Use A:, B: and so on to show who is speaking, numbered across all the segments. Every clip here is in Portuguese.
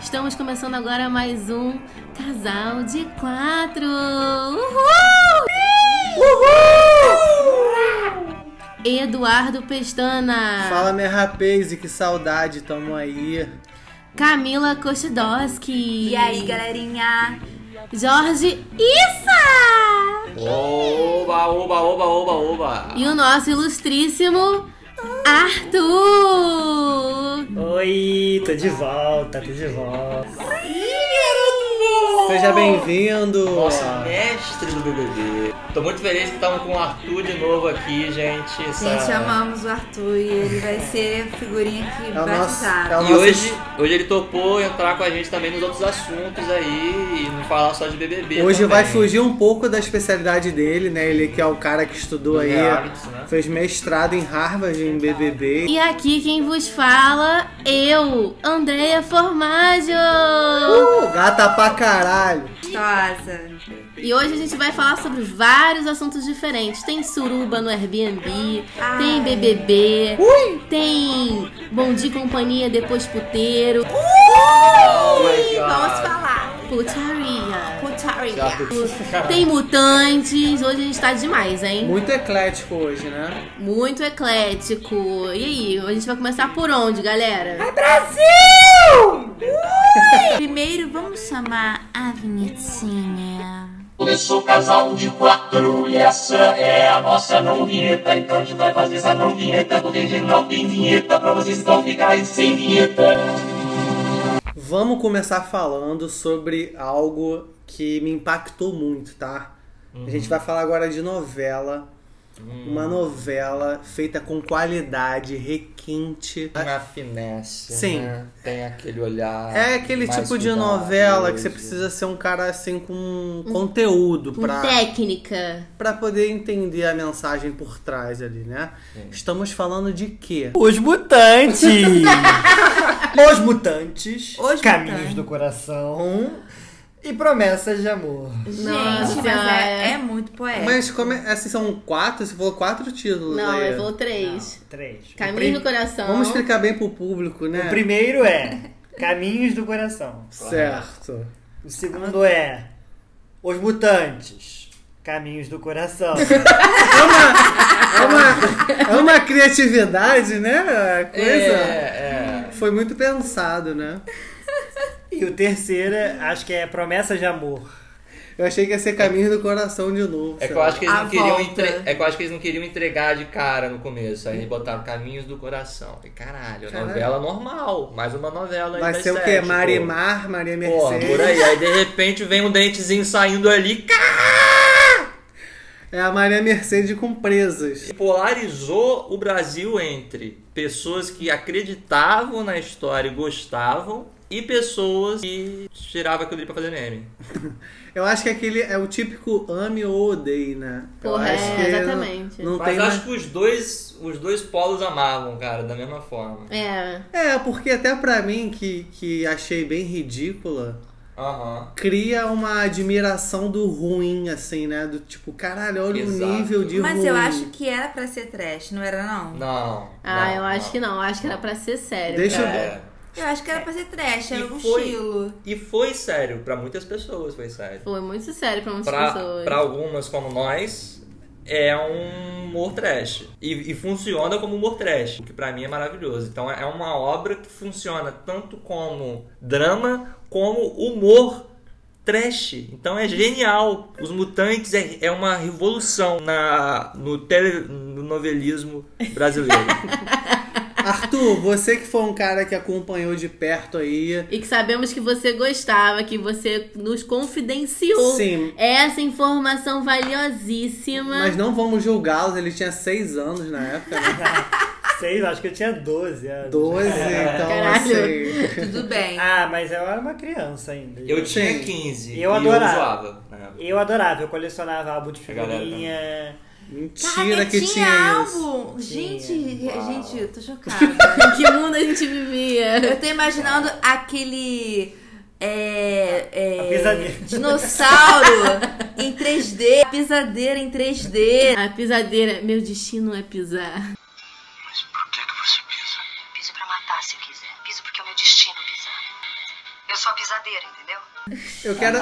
A: Estamos começando agora mais um Casal de Quatro! Uhul! Eduardo Pestana!
B: Fala, minha rapaze, que saudade, tamo aí.
A: Camila Kostidoski!
C: E aí, galerinha?
A: Jorge Issa!
D: Oba, oba, oba, oba, oba.
A: E o nosso ilustríssimo Arthur!
E: Oi, tô de volta, tô de volta.
B: Seja bem-vindo.
D: Nosso mestre do BBB. Tô muito feliz que estamos com o Arthur de novo aqui, gente. Essa-
B: Tá.
C: Gente, amamos o Arthur e ele vai ser figurinha que
B: É o
C: vai
B: nosso-
C: usar.
B: é o
D: E hoje, hoje ele topou entrar com a gente também nos outros assuntos aí e não falar só de BBB.
B: Hoje
D: também.
B: vai fugir um pouco da especialidade dele, né? Ele que é o cara que estudou
D: Do
E: é
B: aí,
D: reality, né?
B: fez mestrado em Harvard em BBB.
A: E aqui quem vos fala, eu, Andréia Formaggio!
B: Uh, gata pra caralho.
C: Gostosa.
A: E hoje a gente vai falar sobre vários assuntos diferentes. Tem suruba no Airbnb,
C: Ai.
A: tem BBB, tem bom dia e companhia depois puteiro,
D: Oh my God.
C: Vamos falar.
A: putaria,
D: Esse
C: Putaria.
D: Arthur- Caralho.
A: tem mutantes. Hoje a gente tá demais, hein?
B: Muito eclético hoje, né?
A: Muito eclético. E aí, a gente vai começar por onde, galera?
C: Primeiro, vamos chamar a vinhetinha.
F: Começou o casal de quatro e essa é a nossa não vinheta. Então a gente vai fazer essa não vinheta porque a gente não tem vinheta pra vocês não ficarem sem vinheta.
B: Vamos começar falando sobre algo que me impactou muito, tá? A
E: Uhum.
B: gente vai falar agora de novela.
E: Hum.
B: Uma novela feita com qualidade, requinte.
D: Uma finesse.
B: Sim.
D: né? Tem aquele olhar.
B: É aquele
D: mais
B: tipo de
D: cuidadoso.
B: novela que você precisa ser um cara assim com conteúdo
A: Com
B: pra,
A: técnica.
B: pra poder entender a mensagem por trás ali, né? Estamos falando de quê?
E: Os mutantes! Os mutantes,
C: Os
E: caminhos
C: Mutantes.
E: do coração Então, e promessas de amor.
A: Nossa.
C: Gente, mas é, é muito poético.
B: Mas como é, assim, são quatro, você falou quatro títulos
A: Não,
B: aí.
A: eu vou três.
E: Três. O
A: Caminho
E: prim-
A: do coração.
B: Vamos explicar bem pro público, né?
E: O primeiro é Caminhos do Coração.
B: Certo.
E: O segundo é Os Mutantes, Caminhos do Coração.
B: É uma, é uma criatividade, né? A Coisa.
D: É, é.
B: Foi muito pensado, né?
E: e o terceiro, é- acho que é Promessas de Amor.
B: Eu achei que ia ser caminho do coração de novo.
D: É
B: sei
D: que, eu
B: lá.
D: acho que eles
C: A
D: não queriam
C: volta.
D: entre- é que eu acho que eles não queriam entregar de cara no começo. Aí eles botaram Caminhos do Coração. E caralho,
B: Caralho.
D: novela normal. Mais uma novela aí
B: Vai
D: das
B: ser o
D: sete,
B: quê?
D: pô.
B: Marimar, Maria
D: Pô,
B: Mercedes.
D: por aí. Aí de repente vem um dentezinho saindo ali. Cara,
B: É a Maria Mercedes com presas.
D: polarizou o Brasil entre pessoas que acreditavam na história e gostavam. E pessoas que tiravam aquilo ali pra fazer meme.
B: Eu acho que aquele é o típico ame ou odeie, né? Eu
A: Porra,
B: acho
A: é,
B: que
A: exatamente.
B: Não, não
D: Mas
B: tem
D: acho
B: mais...
D: que os dois, os dois polos amavam, cara, da mesma forma.
A: É.
B: É, porque até pra mim, que, que achei bem ridícula,
D: Aham.
B: cria uma admiração do ruim, assim, né? Do tipo, caralho, olha
D: Exato.
B: o nível de
C: Mas
B: ruim.
C: eu acho que era pra ser trash, não era não?
D: Não.
A: Ah,
D: não,
A: eu acho que não. Eu acho que era pra ser sério.
B: Deixa eu-
A: cara.
D: É.
C: Eu acho que era pra ser trash, era
D: E
C: um
D: foi.
C: estilo.
D: E foi sério, pra muitas pessoas foi sério.
A: Foi muito sério pra muitas
D: Pra,
A: pessoas.
D: pra algumas como nós, é um humor trash. E, e funciona como humor trash, o que pra mim é maravilhoso. Então é uma obra que funciona tanto como drama, como humor trash. Então é genial. Os Mutantes é, é uma revolução na, no, tele, no novelismo brasileiro.
B: Arthur, você que foi um cara que acompanhou de perto aí.
A: E que sabemos que você gostava, que você nos confidenciou
B: Sim.
A: essa informação valiosíssima.
B: Mas não vamos julgá-los, ele tinha seis anos na época, né?
E: Sei, acho que eu tinha 12 anos.
B: 12, então
A: Caralho.
B: assim.
C: Tudo bem.
E: Ah, mas eu era uma criança ainda.
D: Eu tinha
B: Sim.
D: 15
E: Eu
D: e
E: adorava.
D: eu zoava. Ah, na época.
E: Eu adorava, eu colecionava álbum de
D: A galera também.
E: figurinha.
B: Mentira
C: Caraca,
B: que tinha isso.
C: álbum. Gente,
D: Uau.
C: gente, eu tô chocada.
A: Em que mundo a gente vivia?
C: Eu tô imaginando aquele. É,
E: A
C: é,
E: pisadeira.
C: dinossauro em 3D, a pisadeira em 3D.
A: A pisadeira, meu destino é pisar.
G: Piso pra matar se eu quiser. Piso porque é o meu destino pisar. Eu sou a pisadeira, entendeu?
B: Eu quero,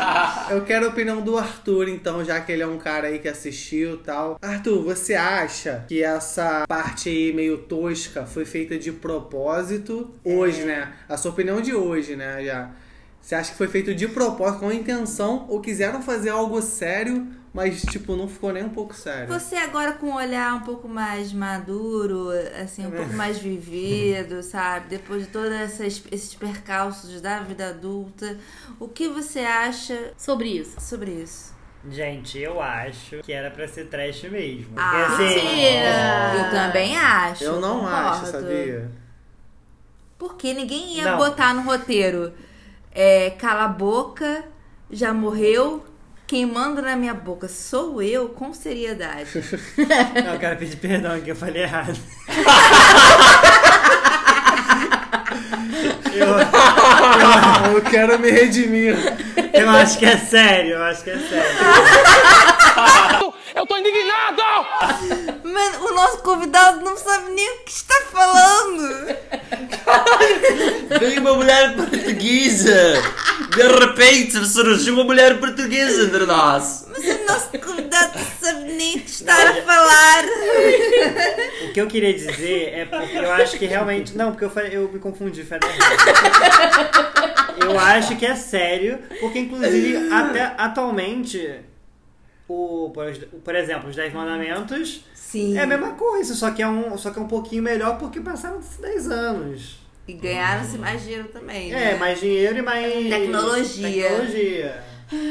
B: eu quero a opinião do Arthur, então, já que ele é um cara aí que assistiu e tal. Arthur, você acha que essa parte aí meio tosca foi feita de propósito hoje, né? A sua opinião de hoje, né? Já. Você acha que foi feito de propósito, com intenção, ou quiseram fazer algo sério, mas, tipo, não ficou nem um pouco sério?
C: Você agora com um olhar um pouco mais maduro, assim, um
B: É
C: pouco mais vivido, sabe? Depois de todos esses percalços da vida adulta, o que você acha
A: Sobre isso.
C: sobre isso?
E: Gente, eu acho que era pra ser trash mesmo. assim,
C: Ah,
E: E
A: mentira!
C: Eu também acho.
B: É assim, Eu não acho,
C: concordo.
B: sabia?
C: Porque ninguém ia
E: Não.
C: botar no roteiro. É, cala a boca, já morreu. Quem manda na minha boca sou eu, com seriedade.
E: Não, eu quero pedir perdão que eu falei errado. eu,
B: Eu quero me redimir.
E: eu acho que é sério, eu acho que é sério.
C: Mano, o nosso convidado não sabe nem o que está falando.
D: Veio uma mulher portuguesa! De repente surgiu uma mulher portuguesa entre nós!
C: Mas o nosso convidado não sabe nem o que está a falar.
E: O que eu queria dizer é porque eu acho que realmente. Não, porque eu, falei- eu me confundi, falei errado. Eu acho que é sério, porque inclusive até atualmente. O, por, por exemplo, os 10 mandamentos
C: Sim.
E: é a mesma coisa, só que é um, só que é um pouquinho melhor porque passaram 10 anos.
C: E ganharam-se mais dinheiro também.
E: É,
C: né?
E: mais dinheiro e mais.
C: Tecnologia.
E: Tecnologia.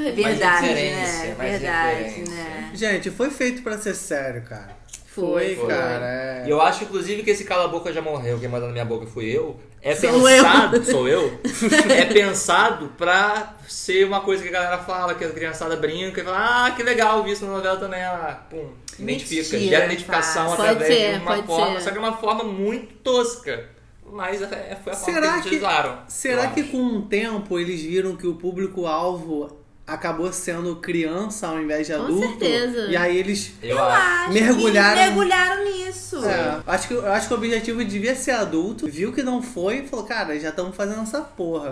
C: É verdade,
D: Mais
C: né?
D: referência, mais
C: Verdade,
D: referência.
C: né?
B: Gente, foi feito pra ser sério, cara.
A: Foi.
D: Foi.
B: cara. É.
D: E eu acho, inclusive, que esse cala a boca já morreu, quem manda na minha boca fui eu. É
A: Sou
D: pensado, sou eu, é pensado pra ser uma coisa que a galera fala, que a criançada brinca e fala, ah, que legal, vi isso na novela também, ah, pum, identifica,
C: Mentira,
D: gera identificação
C: cara.
A: Pode
D: através
A: ser,
D: de uma
A: pode
D: forma,
A: ser.
D: só que é uma forma muito tosca. Mas é- foi a forma
B: Será
D: que eles
B: que-
D: utilizaram.
B: Será
D: eu
B: que
D: acho.
B: com o tempo eles viram que o público-alvo acabou sendo criança ao invés de
A: Com
B: adulto?
A: certeza.
B: E aí eles.
D: Eu
C: Eu
D: acho.
C: acho
B: Mergulharam-
C: que mergulharam nisso.
B: É, acho que, eu acho que o objetivo devia ser adulto, viu que não foi e falou, cara, já estamos fazendo essa porra.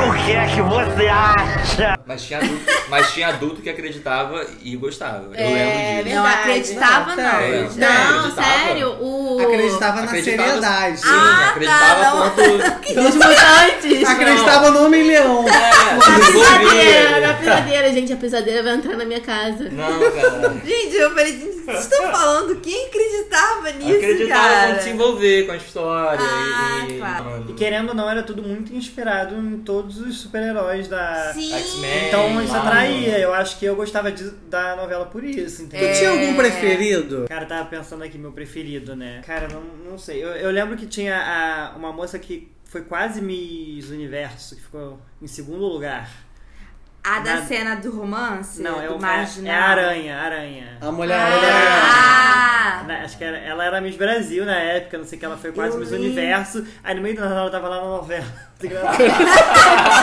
E: O que é que você acha?
D: Mas tinha, adulto, mas tinha adulto que acreditava e gostava. Eu lembro disso. É,
C: Não
A: Verdade.
C: acreditava, não.
B: Não,
E: É.
B: tá,
D: Eu
A: Não,
D: acreditava.
A: sério, o.
B: Acreditava na
D: Acreditava-
B: seriedade.
D: Sim,
C: Ah,
D: acreditava
C: tá, não.
D: quanto.
A: Os mutantes.
B: Acreditava no homem leão.
A: Na pisadeira,
D: É,
A: na pisadeira, gente. A pisadeira vai entrar na minha casa.
D: não, cara.
C: Gente, eu falei, gente, vocês estão falando? Quem acreditava nisso,
D: Acreditava
C: cara?
D: em se envolver com a história.
C: Ah,
D: e,
C: claro.
E: E
D: mano,
E: querendo ou não, era tudo muito inspirado em todos os super-heróis da.
D: X-Men.
E: Então isso
D: Marvel.
E: atraía. Eu acho que eu gostava de- da novela por isso, entendeu?
B: Tu tinha
A: É.
B: algum preferido?
E: Cara, eu tava pensando aqui, meu preferido, né? Cara, não, não sei. Eu, eu lembro que tinha a- uma moça que foi quase Miss Universo, que ficou em segundo lugar.
C: A da
E: Na-
C: cena do romance?
E: não, é,
C: do
E: o, é,
C: marginal.
E: é a Aranha, É a Aranha.
B: A mulher.
C: Ah!
E: Na- Né, acho que era- ela era Miss Brasil na época, não sei o que, ela foi quase
C: Eu
E: Miss
C: vi.
E: Universo. Aí no meio do Natal ela tava lá na novela.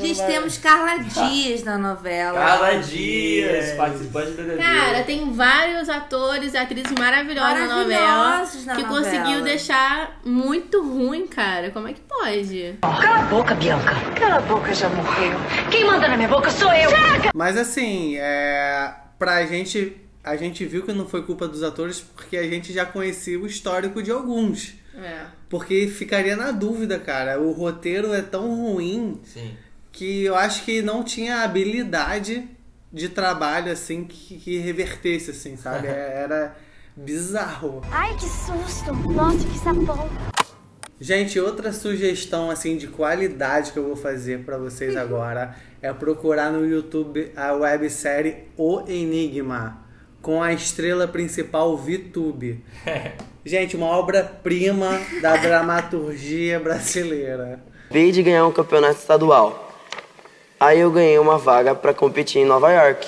C: Gente, temos Carla Dias na novela.
D: Carla Dias, participante da TV.
A: Cara, tem vários atores e atrizes maravilhosos na novela.
C: Maravilhosos na
A: Que
C: novela.
A: conseguiu deixar muito ruim, cara. Como é que pode?
G: Cala a boca, Bianca. Cala a boca, já morreu. Quem manda na minha boca sou eu.
B: Mas assim, é, pra gente. A gente viu que não foi culpa dos atores porque a gente já conhecia o histórico de alguns.
A: É.
B: Porque ficaria na dúvida, cara. O roteiro é tão ruim
D: Sim.
B: que eu acho que não tinha habilidade de trabalho, assim, que, que revertesse, assim, sabe? É- Era bizarro.
H: Ai, que susto! Nossa, que sapão!
B: Gente, outra sugestão, assim, de qualidade que eu vou fazer pra vocês agora é procurar no YouTube a websérie O Enigma, com a estrela principal VTube. Gente, uma obra-prima da dramaturgia brasileira.
I: Acabei de ganhar um campeonato estadual. Aí eu ganhei uma vaga pra competir em Nova York.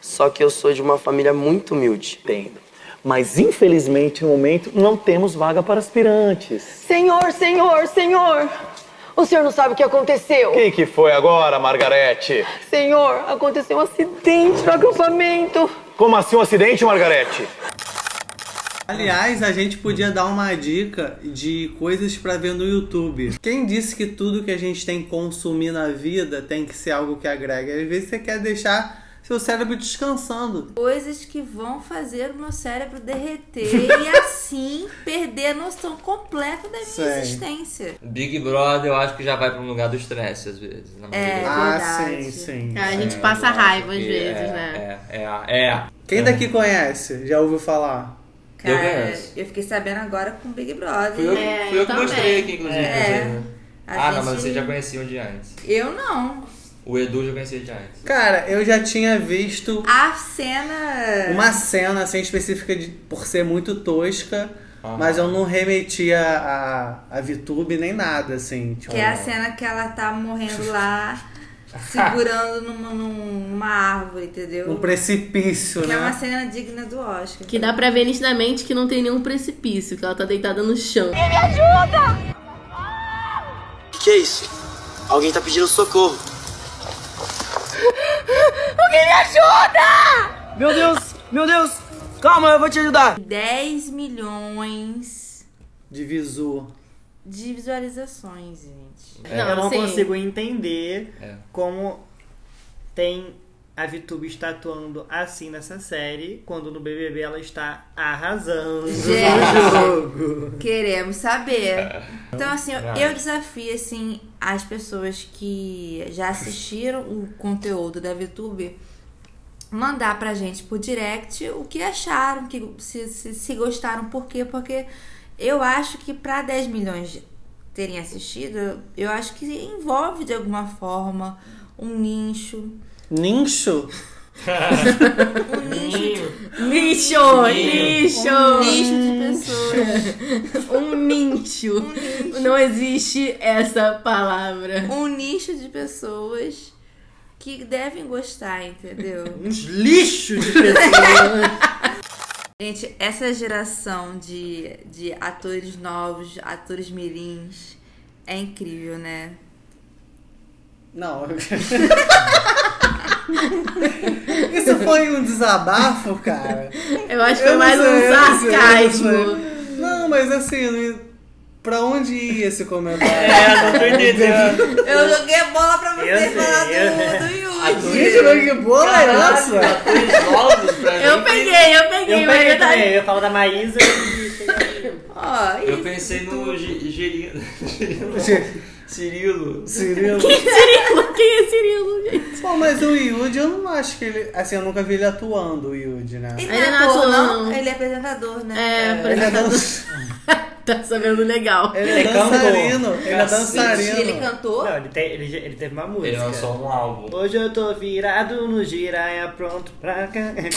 I: Só que eu sou de uma família muito humilde.
J: Entendo. Mas infelizmente no momento não temos vaga para aspirantes.
K: Senhor, senhor, senhor! O senhor não sabe o que aconteceu?
J: O que foi agora, Margarete?
K: Senhor, aconteceu um acidente no acampamento.
J: Como assim um acidente, Margarete?
B: Aliás, a gente podia dar uma dica de coisas pra ver no YouTube. Quem disse que tudo que a gente tem que consumir na vida tem que ser algo que agrega? Às vezes você quer deixar seu cérebro descansando.
C: Coisas que vão fazer o meu cérebro derreter e assim perder a noção completa da minha
D: Sim.
C: existência.
D: Big Brother eu acho que já vai pra um lugar do estresse às vezes. na maioria
C: É,
D: das
B: Ah,
D: vezes.
B: sim, sim.
A: A gente
D: É,
A: passa raiva às
D: porque
A: vezes,
D: é,
A: né?
D: É, é, é.
B: Quem daqui conhece? Já ouviu falar?
D: Eu
C: Cara,
D: conheço.
C: eu fiquei sabendo agora com Big Brother.
D: Fui eu,
C: É,
D: fui eu que
C: também.
D: mostrei aqui, inclusive. pra
C: É.
D: vocês, né?
C: A
D: Ah, não, mas
C: gente-
D: vocês já conheciam de antes.
C: Eu não.
D: O Edu já conhecia de antes.
B: Cara, eu já tinha visto
C: A cena.
B: uma cena assim específica de- por ser muito tosca, mas é eu não remetia a, a VTube nem nada, assim. Tipo,
C: Que
D: Ah.
C: é a cena que ela tá morrendo lá, segurando numa, num- numa árvore, entendeu?
B: um precipício,
C: que
B: né?
C: é uma cena digna do Oscar.
A: Que dá pra ver nitidamente que não tem nenhum precipício, que ela tá deitada no chão.
H: Me ajuda!
I: O que é isso? Alguém tá pedindo socorro.
H: Alguém me ajuda!
I: Meu Deus, meu Deus! Calma, eu vou te ajudar.
C: 10 milhões
B: Divisor.
C: de visualizações, gente.
E: É, eu não assim, consigo entender
D: É.
E: como tem a VTube está atuando assim nessa série, quando no BBB ela está arrasando no jogo.
C: Queremos saber. Então, assim, eu-
E: Vai.
C: eu desafio, assim, as pessoas que já assistiram o conteúdo da VTube mandar pra gente por direct o que acharam, que se, se, se gostaram, por quê? Porque eu acho que pra 10 milhões de- terem assistido, eu acho que envolve de alguma forma um nicho.
B: Nincho?
C: Um nicho.
A: Lixo!
C: Um
A: Lixo!
C: nicho de pessoas.
A: Um nicho. Não existe essa palavra.
C: um nicho de pessoas que devem gostar, entendeu?
E: Uns lixos de pessoas.
C: Gente, essa geração de, de atores novos, atores mirins, é incrível, né?
B: Não. Isso foi um desabafo, cara?
A: Eu acho que
B: Eu
A: foi
B: não
A: mais
B: sei, eu
A: um
B: não sei,
A: sarcasmo.
B: eu não sei. Não, mas assim, não- pra onde ia esse comentário?
D: É, não tô entendendo.
C: Eu joguei a bola pra
B: Eu
C: você
B: sei,
C: falar
B: eu-
C: do, do
B: Gente,
C: Yudi.
B: mas que bola é
E: Caralho,
B: essa?
A: Eu peguei, eu
E: Eu é
A: peguei, tá mas
E: peguei
A: eu tava-
E: também, eu ia falar da Maísa.
C: Ó,
B: um
C: e-
D: Eu pensei no Ge- Gerino. Cirilo.
B: Cirilo.
A: Quem é Cirilo? Quem é Cirilo, gente?
B: Pô, mas o Yudi, eu não acho que ele. Assim, eu nunca vi ele atuando, o Yudi, né?
C: Ele
A: Ele
C: não é ator, não? Ele é apresentador, né?
A: É, apresentador. tá sabendo legal.
B: Ele é
E: cantor.
B: dançarino. Ele é
E: Cacete.
B: dançarino.
C: Ele cantou?
E: Não, ele, tem, ele, ele teve uma música.
D: Ele lançou um álbum.
E: Hoje eu tô virado no giraia, pronto pra cá.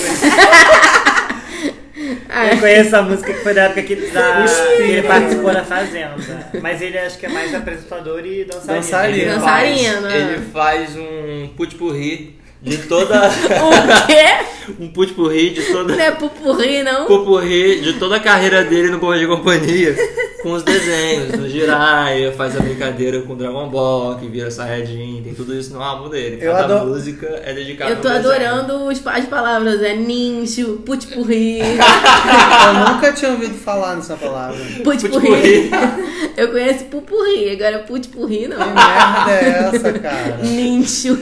E: Eu conheço essa música que foi da época que, da- que ele participou da Fazenda. Mas ele acho que é mais apresentador e dançarino.
B: Dançarino.
A: Dançarino.
D: Faz, ele faz um putpurri de toda.
A: O quê?
D: um putpurri de toda.
A: Não é pupurri, não?
D: Pupurri de toda a carreira dele no Bom de Companhia com os desenhos do Jiraiya, faz a brincadeira com o Dragon Ball, que vira Saiyajin, tem tudo isso no álbum dele.
B: Eu
D: Cada
B: adoro-
D: música é dedicada a
A: Eu tô
D: um desenho.
A: adorando os- as palavras, é nincho, putpurri,
B: Eu nunca tinha ouvido falar nessa palavra.
A: putpurri. Eu conheço pupurri, agora putpurri não.
B: Que merda é essa, cara?
A: Nincho.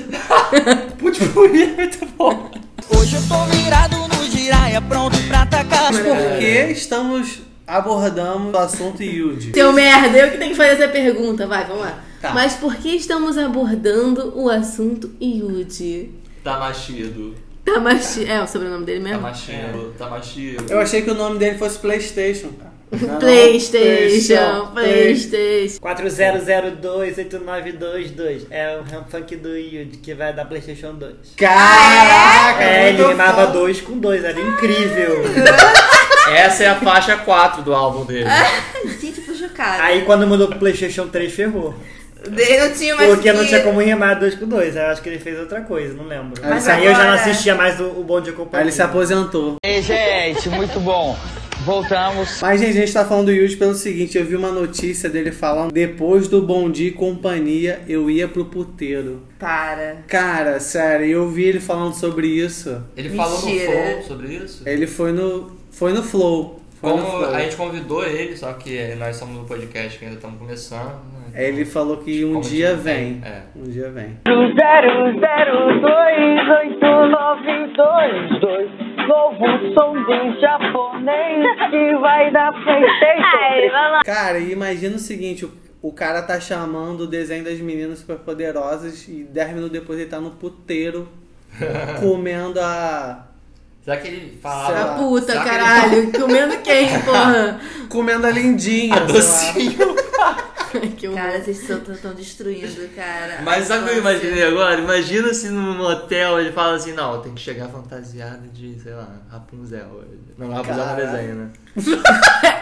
D: Putpurri é muito bom.
L: Hoje eu tô virado no giraia, pronto pra atacar.
B: Mas por que estamos abordando o assunto Yudi?
A: Seu merda, eu que tenho que fazer essa pergunta, vai, vamos lá.
B: Tá.
A: Mas por que estamos abordando o assunto Yudi?
D: Tamashido.
A: Tamashi. É o sobrenome dele
D: Tá,
A: mesmo?
D: Tamashido. Tamashido.
B: Eu achei que o nome dele fosse Playstation, cara. Não, não.
A: PlayStation, PlayStation.
E: 400289222 é o Ram Funk do Yuji que vai dar PlayStation 2.
B: Caraca!
E: É, ele
B: muito
E: rimava
B: foda.
E: 2 com 2, era incrível.
D: Essa é a faixa 4 do álbum dele.
L: É.
C: Gente, eu tô chocada.
E: Aí quando mudou pro PlayStation 3, ferrou.
C: Ele não tinha mais
E: Porque não
C: que-
E: tinha como rimar 2 com 2. Eu acho que ele fez outra coisa, não lembro.
B: Mas
E: Mas aí eu já não
C: agora-
E: assistia mais o, o Bom Dia Companhia.
B: Aí ele se aposentou.
L: Ei, gente, muito bom. Voltamos.
B: Mas, gente, a gente tá falando do Yudi pelo seguinte: eu vi uma notícia dele falando depois do Bom Dia e Companhia, eu ia pro puteiro.
C: Para.
B: Cara, sério, eu vi ele falando sobre isso.
D: Ele falou no
C: Mentira.
D: Flow sobre isso?
B: Ele foi no. Foi no Flow.
D: Como
B: Foi, foi.
D: a gente convidou ele, só que nós somos um podcast que ainda estamos começando. né?
B: Aí ele falou que um
D: Como
B: dia
D: que
B: vem.
D: vem, é.
B: Um dia vem.
M: 0028922 Novo som do japonês que vai dar Playstation
B: Cara, e imagina o seguinte, o, o cara tá chamando o desenho das meninas superpoderosas e 10 minutos depois ele tá no puteiro comendo a.
D: Será Então, que ele
L: é
B: Sei
D: falava.
B: lá.
C: Puta,
B: Será que ele-
C: caralho, comendo quem, porra?
B: comendo a lindinha.
D: A
B: sei lá.
D: docinho.
C: cara, vocês estão destruindo, cara.
D: Mas sabe o que eu
C: Nossa.
D: imaginei agora? Imagina se num hotel ele fala assim: não, tem que chegar fantasiado de, sei lá, Rapunzel. Não, Rapunzel é um
B: Caralho.
D: desenho, né?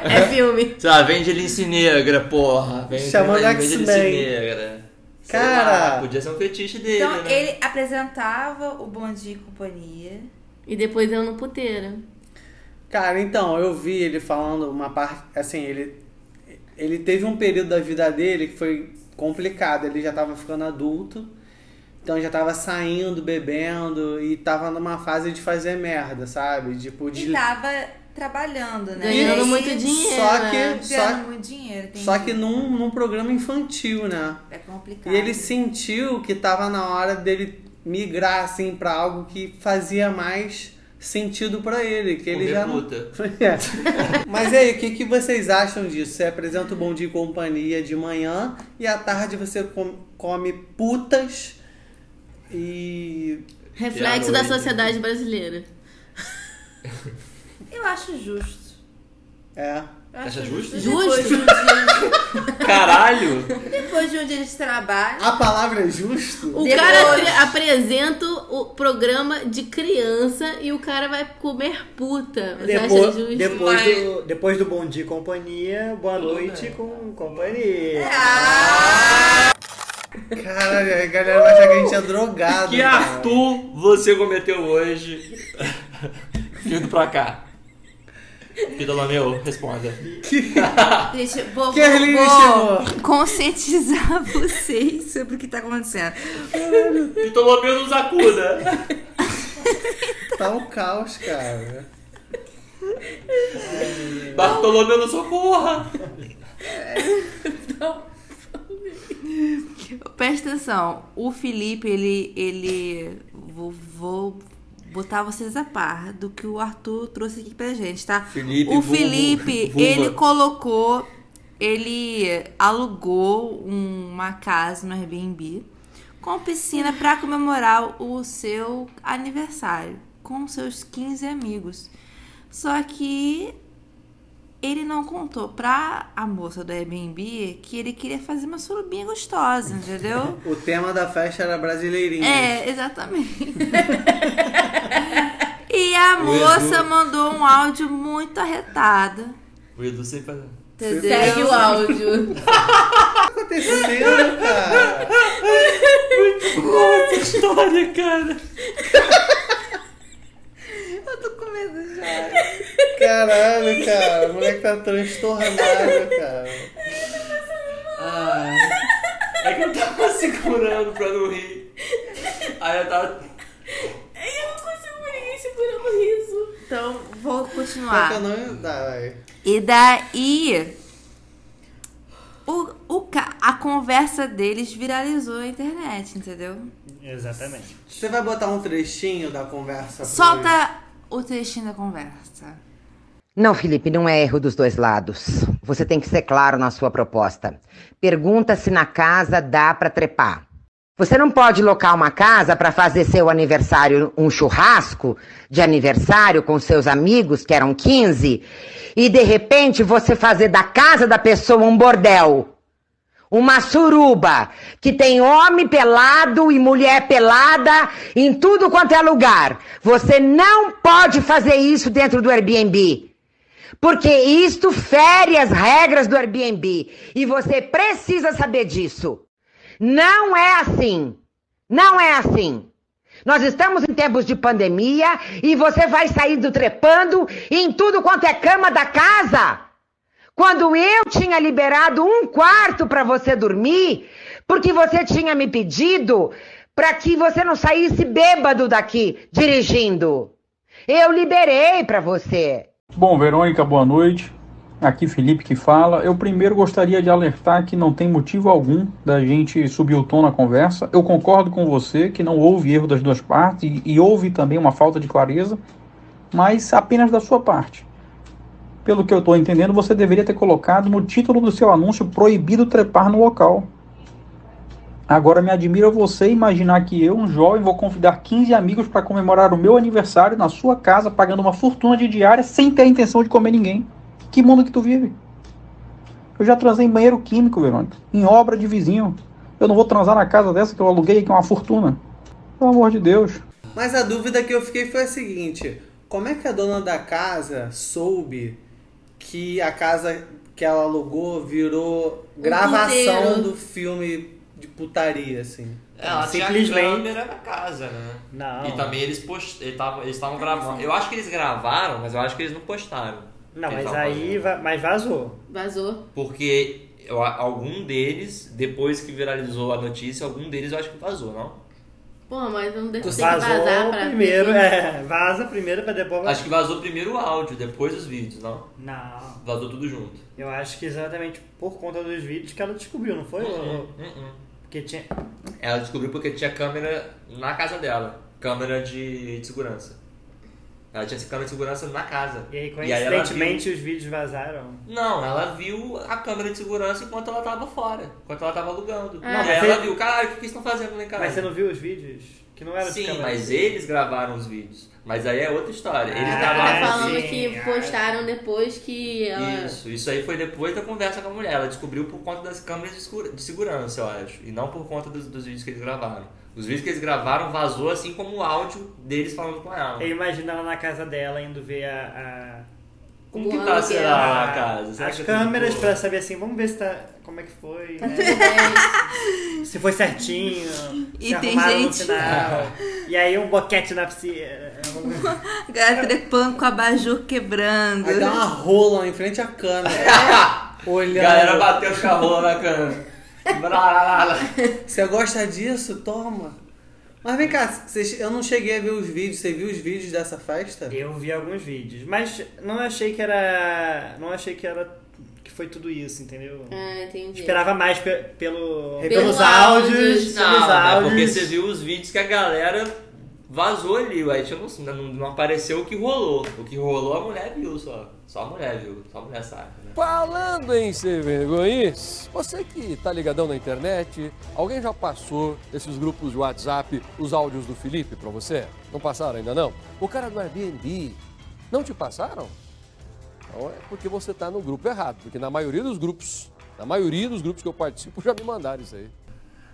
C: É filme.
D: Sei lá, vende lince negra, porra. Vende,
B: Chamando
D: vende, vende
B: X-Men.
D: lince negra. Sei
B: Cara.
D: lá, podia ser um fetiche dele,
C: Então
D: né?
C: ele apresentava o Bom Dia e Companhia.
A: E depois eu no puteiro.
B: Cara, então, eu vi ele falando uma parte. Assim, ele. Ele teve um período da vida dele que foi complicado. Ele já tava ficando adulto. Então já tava saindo, bebendo e tava numa fase de fazer merda, sabe? Tipo, de.
C: E tava trabalhando, né?
A: Ganhando
C: E aí-
A: muito dinheiro, né?
B: Só que- só-
C: Ganhando muito dinheiro, entendi.
B: Só que num, num programa infantil, né?
C: É complicado.
B: E ele sentiu que tava na hora dele migrar, assim, pra algo que fazia mais sentido pra ele. Que ele
D: Comer
B: já não...
D: puta.
B: É. Mas e aí, o que, que vocês acham disso? Você apresenta o Bom Dia e Companhia de manhã e à tarde você com- come putas e...
A: Reflexo da sociedade brasileira.
C: Eu acho justo.
B: É.
C: Eu
D: Acha
C: acho
D: justo?
C: Depois de um dia-
D: Caralho!
C: Depois de um dia de trabalho.
B: A palavra é justo?
A: O cara tre- apresenta o programa de criança e o cara vai comer puta. Você acha
E: Depois,
A: justo?
E: depois, do, depois do bom dia e companhia, boa noite com companhia.
B: Caralho, a galera vai achar que a gente é drogado.
D: Que
B: cara.
D: Arthur você cometeu hoje? Vindo pra cá. Pídola meu, responda.
C: Gente, vou,
B: Que ele
C: vou,
B: chegou.
C: vou conscientizar vocês sobre o que tá acontecendo.
D: Ptolomeu nos acuda.
B: Tá um caos, cara.
D: Bartolomeu nos socorra.
C: Presta atenção, o Felipe, ele. ele vou, vou botar vocês a par do que o Arthur trouxe aqui pra gente, tá?
D: Felipe,
C: o
D: vulgo,
C: Felipe,
D: vulva.
C: ele colocou. Ele alugou uma casa no Airbnb com piscina pra comemorar o seu aniversário com seus 15 amigos. Só que ele não contou pra a moça do Airbnb que ele queria fazer uma surubinha gostosa, entendeu?
B: O tema da festa era brasileirinho.
C: É, exatamente. e a
D: O
C: moça
D: Edu.
C: mandou um áudio muito arretado.
D: O Edu sempre faz.
C: entendeu?
A: Segue o áudio.
B: Tá acontecendo, cara?
D: Muito boa essa história, cara.
C: Eu tô com medo já.
B: Caralho, cara. O moleque tá transtornado, cara.
D: Ai. É que eu tava segurando pra não rir. Aí eu tava.
A: Eu não consigo ver ninguém segurando o riso.
C: Então, vou
B: Qual
C: continuar.
B: que é o nome? Tá, vai.
C: E daí. O, o, ca- a conversa deles viralizou na internet, entendeu?
E: Exatamente.
B: Você vai botar um trechinho da conversa? pro-
C: Solta o trechinho da conversa.
N: Não, Felipe, não é erro dos dois lados. Você tem que ser claro na sua proposta. Pergunta se na casa dá pra trepar. Você não pode locar uma casa pra fazer seu aniversário, um churrasco de aniversário com seus amigos, que eram 15, e de repente você fazer da casa da pessoa um bordel. Uma suruba que tem homem pelado e mulher pelada em tudo quanto é lugar. Você não pode fazer isso dentro do Airbnb. Porque isto fere as regras do Airbnb. E você precisa saber disso. Não é assim. Não é assim. Nós estamos em tempos de pandemia e você vai sair do trepando em tudo quanto é cama da casa. Quando eu tinha liberado um quarto para você dormir, porque você tinha me pedido para que você não saísse bêbado daqui dirigindo. Eu liberei para você.
O: Bom, Verônica, boa noite. Aqui Felipe que fala. Eu primeiro gostaria de alertar que não tem motivo algum da gente subir o tom na conversa. Eu concordo com você que não houve erro das duas partes e, e houve também uma falta de clareza, mas apenas da sua parte. Pelo que eu estou entendendo, você deveria ter colocado no título do seu anúncio proibido trepar no local. Agora me admira você imaginar que eu, um jovem, vou convidar 15 amigos para comemorar o meu aniversário na sua casa, pagando uma fortuna de diária sem ter a intenção de comer ninguém. Que mundo que tu vive? Eu já transei em banheiro químico, Verônica, em obra de vizinho. Eu não vou transar na casa dessa que eu aluguei, que é uma fortuna. Pelo amor de Deus.
B: Mas a dúvida que eu fiquei foi a seguinte: como é que a dona da casa soube que a casa que ela alugou virou gravação
A: puteiro.
B: do filme de putaria, assim?
D: Ela tinha
B: Simplesmente.
D: câmera na casa, né?
E: Ah, Não.
D: E também eles post... eles tavam- eles estavam gravando. Eu acho que eles gravaram, mas eu acho que eles não postaram.
E: Não,
D: Eles
E: mas
D: tavam tá fazendo.
E: aí va- mas vazou.
A: Vazou.
D: Porque eu- algum deles, depois que viralizou a notícia, algum deles eu acho que vazou, não?
A: Pô, mas não deve ter que vazar
E: Vazou
A: pra. né?
E: primeiro, é. Vaza primeiro pra depois
D: Acho que vazou primeiro o áudio, depois os vídeos, não?
E: Não.
D: Vazou tudo junto.
E: Eu acho que exatamente por conta dos vídeos que ela descobriu, não foi?
D: Uhum,
E: Ou- Porque tinha.
D: Ela descobriu porque tinha câmera na casa dela. Câmera de, de segurança. Ela tinha essa câmera de segurança na casa.
E: E aí,
D: aí ela viu-
E: coincidentemente, os vídeos vazaram.
D: Não, ela viu a câmera de segurança enquanto ela tava fora, enquanto ela tava alugando.
E: Ah.
D: e
E: Mas
D: aí
E: você-
D: ela viu, caralho, o que, que estão fazendo, né, cara?
E: Mas você não viu os vídeos? Que não era de
D: Sim,
E: câmera.
D: mas eles gravaram os vídeos. Mas aí é outra história. Eles
E: Ah,
D: gravaram os
A: Tá Falando
D: vídeos.
A: que postaram depois que ela.
D: Isso, isso aí foi depois da conversa com a mulher. Ela descobriu por conta das câmeras de segura- de segurança, eu acho. E não por conta dos, dos vídeos que eles gravaram. Os vídeos que eles gravaram vazou assim como o áudio deles falando com ela.
E: Eu imagino ela na casa dela indo ver a. a-
D: Como que tá, será, a casa? Será
E: As
D: que tá tudo
E: câmeras
D: boa?
E: pra saber assim, vamos ver se tá. Como é que foi? né? se foi certinho.
C: E
E: se
C: tem
E: arrumaram no
C: gente-
E: final. e aí um boquete na piscina.
C: A galera trepando com a abajur quebrando.
B: Aí dá uma rola em frente à câmera. né? Olhando.
D: Galera bateu com a rola na cana.
B: Você gosta disso? Toma. Mas vem cá, vocês- eu não cheguei a ver os vídeos. Você viu os vídeos dessa festa?
E: Eu vi alguns vídeos, mas não achei que era. Não achei que era. que foi tudo isso, entendeu?
A: Ah, entendi.
E: Esperava mais pe- pelo,
A: Pelo
E: pelos áudios.
D: Não,
E: pelos
D: mas
E: áudios.
D: porque você viu os vídeos que a galera vazou ali, ué. Tipo, não, não, não apareceu o que rolou. O que rolou a mulher viu só. Só a mulher viu, só a mulher sabe. Né?
P: Falando em ser vergonhice, você que tá ligadão na internet, alguém já passou esses grupos de WhatsApp, os áudios do Felipe pra você? Não passaram ainda não? O cara do Airbnb, não te passaram? Então é porque você tá no grupo errado, porque na maioria dos grupos, na maioria dos grupos que eu participo, já me mandaram isso aí.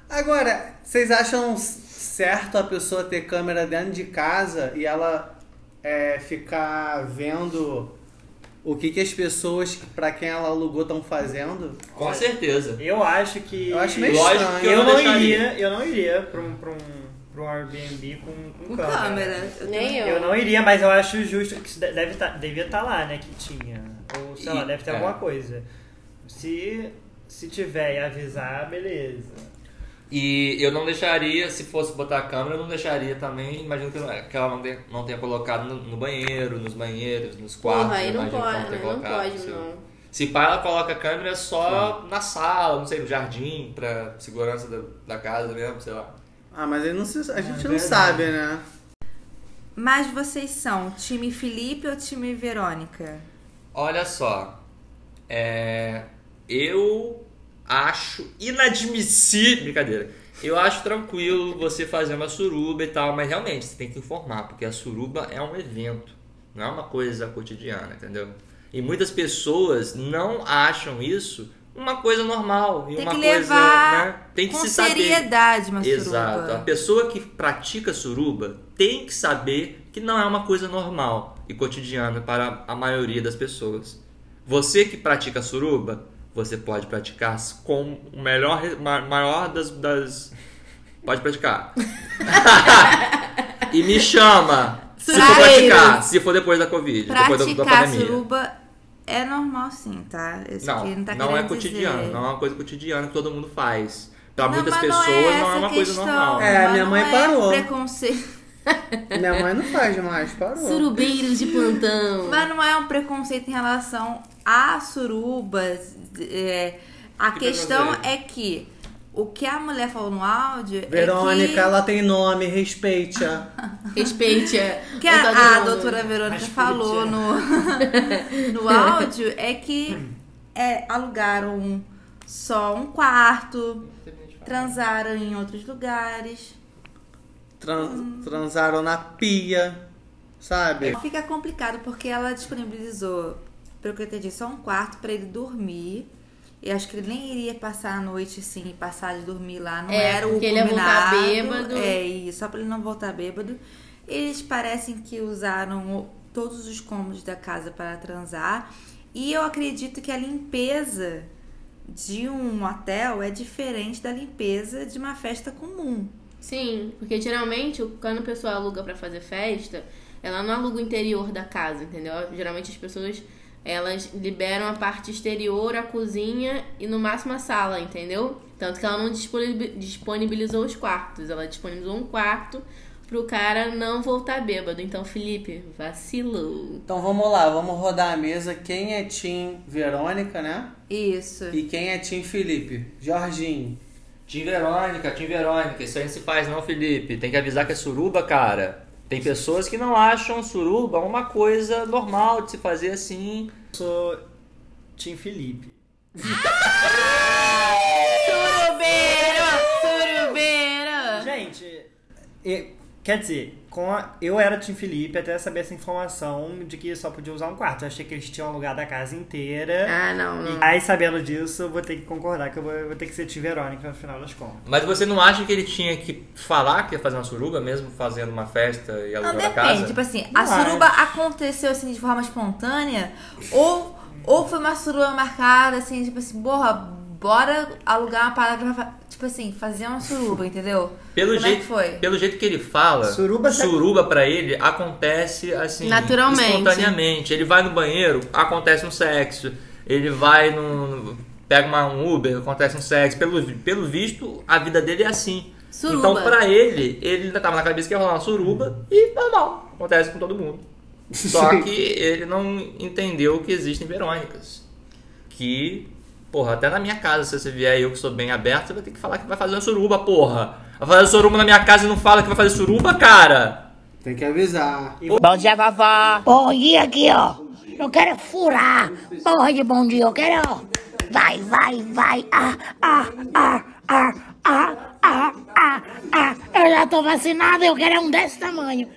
B: Agora, vocês acham certo a pessoa ter câmera dentro de casa e ela é, ficar vendo o que, que as pessoas pra quem ela alugou estão fazendo?
D: Com certeza.
E: Eu acho que.
B: Eu acho meio
D: Lógico
B: estranho.
D: que eu
E: É não
D: deixaria.
E: iria, eu não iria pra um, pra um, pra um Airbnb com, com,
C: Com
E: câmera.
C: câmera. Eu Nem
E: eu.
C: eu.
E: não iria, mas eu acho justo que isso de- deve tá, devia estar lá, né? Que tinha. Ou sei lá,
D: E-
E: deve ter
D: é.
E: alguma coisa. Se, se tiver e avisar, beleza.
D: E eu não deixaria, se fosse botar a câmera, eu não deixaria também. Imagino que ela, que ela não, tenha, não tenha colocado no, no banheiro, nos banheiros, nos quartos.
A: Porra, aí não
D: imagino que ela
A: pode,
D: tenha
A: né? Não
D: colocado,
A: pode,
D: sei lá.
A: não.
D: Se pá, ela coloca a câmera só na sala, não sei, no jardim, pra segurança da, da casa mesmo, sei lá.
B: Ah, mas aí não se- a gente não
D: verdade.
B: sabe, né?
C: Mas vocês são time Felipe ou time Verônica?
D: Olha só, é, eu acho inadmissível. Brincadeira. Eu acho tranquilo você fazer uma suruba e tal, mas realmente você tem que informar, porque a suruba é um evento, não é uma coisa cotidiana, entendeu? E muitas pessoas não acham isso uma coisa normal. E
C: Tem
D: uma
C: que
D: coisa,
C: levar
D: né? Tem que
C: com
D: se saber.
C: seriedade uma suruba.
D: Exato. A pessoa que pratica suruba tem que saber que não é uma coisa normal e cotidiana para a maioria das pessoas. Você que pratica suruba, você pode praticar com o melhor, ma- maior das, das- pode praticar. e me chama se for
C: Surubeiro.
D: praticar, se for depois da covid, depois da, da
C: Praticar
D: pandemia.
C: suruba é normal sim, tá? Esse
D: Não,
C: aqui não tá
D: não é
C: querendo
D: cotidiano,
C: dizer.
D: não é uma coisa cotidiana que todo mundo faz. Para
C: Não,
D: muitas
C: mas
D: pessoas
C: não é,
D: não é
C: essa
D: uma coisa
C: questão,
D: normal.
C: mas não é Preconceito.
B: Minha mãe não faz mais, parou.
A: Surubeiros de plantão.
C: Mas não é um preconceito em relação a surubas. é, a
B: Que
C: questão
B: preconceito?
C: é que o que a mulher falou no áudio
B: Verônica,
C: é
B: ela tem nome, respeite-a.
C: que... Respeite que
A: Antônio
C: a, a
A: Ramos.
C: doutora Verônica falou no, no áudio é que é, alugaram só um quarto, transaram em outros lugares.
B: Tran- transaram na pia, sabe?
C: Fica complicado porque ela disponibilizou, pelo que eu entendi, só um quarto pra ele dormir. E acho que ele nem iria passar a noite assim, passar de dormir lá. Não
A: É,
C: era o
A: porque ele ia voltar
C: combinado.
A: bêbado.
C: É, e só pra ele não voltar bêbado. Eles parecem que usaram o- todos os cômodos da casa para transar. E eu acredito que a limpeza de um hotel é diferente da limpeza de uma festa comum.
A: Sim, porque geralmente o- quando a pessoa aluga pra fazer festa, ela não aluga o interior da casa, entendeu? Geralmente as pessoas elas liberam a parte exterior, a cozinha e no máximo a sala, entendeu? Tanto que ela não disponibi- disponibilizou os quartos, ela disponibilizou um quarto pro cara não voltar bêbado. Então, Felipe, vacilou.
B: Então vamos lá, vamos rodar a mesa. Quem é Tim Verônica, né?
C: Isso.
B: E quem é Tim Felipe? Jorginho.
D: Tim Verônica, Tim Verônica, isso aí não se faz não, Felipe. Tem que avisar que é suruba, cara. Tem pessoas que não acham suruba uma coisa normal de se fazer assim.
E: Sou Tim Felipe.
C: Surubeira! Surubeira!
E: Gente, E- quer dizer, com a- eu era Tim Felipe até saber essa informação de que só podia usar um quarto. Eu achei que eles tinham alugado a casa inteira.
A: Ah, não, não.
E: E aí, sabendo disso, eu vou ter que concordar que eu vou, eu vou ter que ser Tim Verônica no final das contas.
D: Mas você não acha que ele tinha que falar que ia fazer uma suruba mesmo fazendo uma festa e
C: Não,
D: alugando a
C: depende.
D: casa?
C: Tipo assim,
D: Não
C: a suruba aconteceu assim de forma espontânea ou, ou foi uma suruba marcada assim, tipo assim, porra, bora alugar uma parada pra, fa- tipo assim, fazer uma suruba, entendeu?
D: Pelo
C: Como
D: jeito,
C: é que foi?
D: Pelo jeito que ele fala, suruba, pra ele acontece assim.
A: Naturalmente.
D: Espontaneamente. Ele vai no banheiro, acontece um sexo. Ele vai no. pega uma, um Uber, acontece um sexo. Pelo, vi- pelo visto, a vida dele é assim.
A: Suruba.
D: Então, pra ele, ele ainda tava na cabeça que ia rolar uma suruba e normal. Acontece com todo mundo. Só
B: Sim.
D: que ele não entendeu que existem Verônicas. Que, porra, até na minha casa, se você vier e eu que sou bem aberto, você vai ter que falar que vai fazer uma suruba, porra. Vai fazer suruba na minha casa e não fala que vai fazer suruba, cara.
B: Tem que avisar.
Q: Bom dia, vovó. Bom dia aqui, ó. Não quero furar. Porra de bom dia, eu quero. ó. Vai, vai, vai. Ah, ah, ah, ah, ah, ah, ah, ah. Eu já tô vacinada, eu quero é um desse tamanho.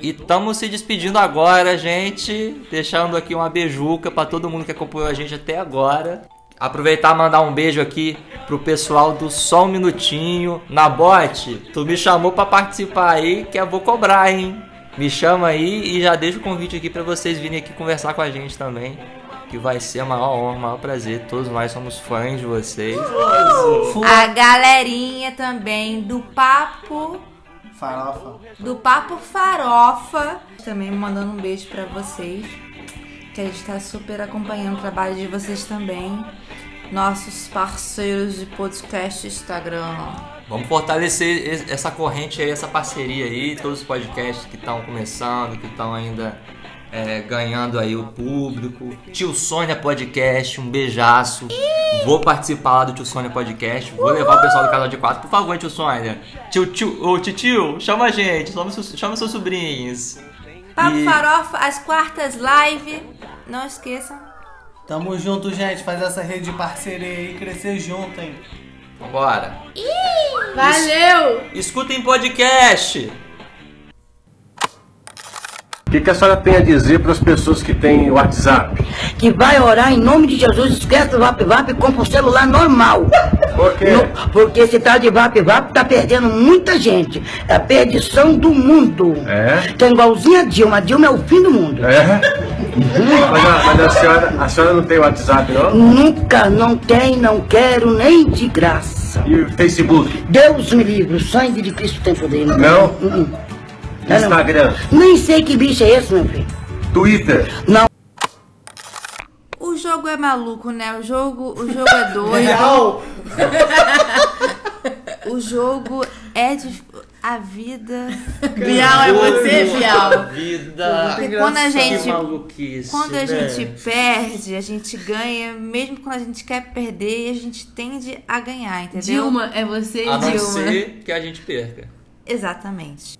D: E estamos se despedindo agora, gente. Deixando aqui uma beijuca pra todo mundo que acompanhou a gente até agora. Aproveitar e mandar um beijo aqui pro pessoal do Só um Minutinho. Na bote, tu me chamou pra participar aí que eu vou cobrar, hein? Me chama aí e já deixa o convite aqui pra vocês virem aqui conversar com a gente também. Que vai ser a maior honra, o maior prazer. Todos nós somos fãs de vocês.
C: A galerinha também do papo
B: Farofa.
C: do papo farofa também mandando um beijo pra vocês. Que a gente tá super acompanhando o trabalho de vocês também. Nossos parceiros de podcast e Instagram.
D: Vamos fortalecer es- essa corrente aí, essa parceria aí, todos os podcasts que estão começando, que estão ainda é, ganhando aí o público. Tio Sônia Podcast, um beijaço. Vou participar lá do Tio Sônia Podcast, vou levar o pessoal do Casal de Quatro. Por favor, Tio Sônia. Tio, tio, ô, tio, tio, chama a gente, chama, seus- chama seus sobrinhos.
C: Papo
D: E-
C: Farofa, às quartas live. Não esqueçam.
B: Tamo junto, gente. Faz essa rede de parceria aí crescer junto, hein?
D: Vambora.
A: Valeu!
D: Escutem podcast.
R: O que, que a senhora tem a dizer para as pessoas que têm WhatsApp?
Q: Que vai orar em nome de Jesus, esquece o Vap Vap e compra um celular normal. Por quê? porque esse tal de Vap Vap tá perdendo muita gente. É a perdição do mundo. É? Tá igualzinho a Dilma. A Dilma é o fim do mundo.
R: É? Mas, a, mas a senhora, a senhora não tem WhatsApp, não?
Q: Nunca, não tem, não quero, nem de graça.
R: E o Facebook?
Q: Deus me livre, o sangue de Cristo tem poder.
R: Não?
Q: Hum, hum.
R: Instagram?
Q: Nem sei que bicho é esse, meu filho.
R: Twitter?
Q: Não.
C: O jogo é maluco, né? O jogo, o jogo é doido.
Q: Real.
C: o jogo é de... a vida.
A: Bial, é você, Bial?
D: Vida.
C: Porque quando a gente.
D: Que maluquice,
C: Quando a
D: né?
C: gente perde, a gente ganha, mesmo quando a gente quer perder, a gente tende a ganhar, entendeu? um,
A: Dilma, é você
C: né?
D: A não ser que a gente perca.
C: Exatamente.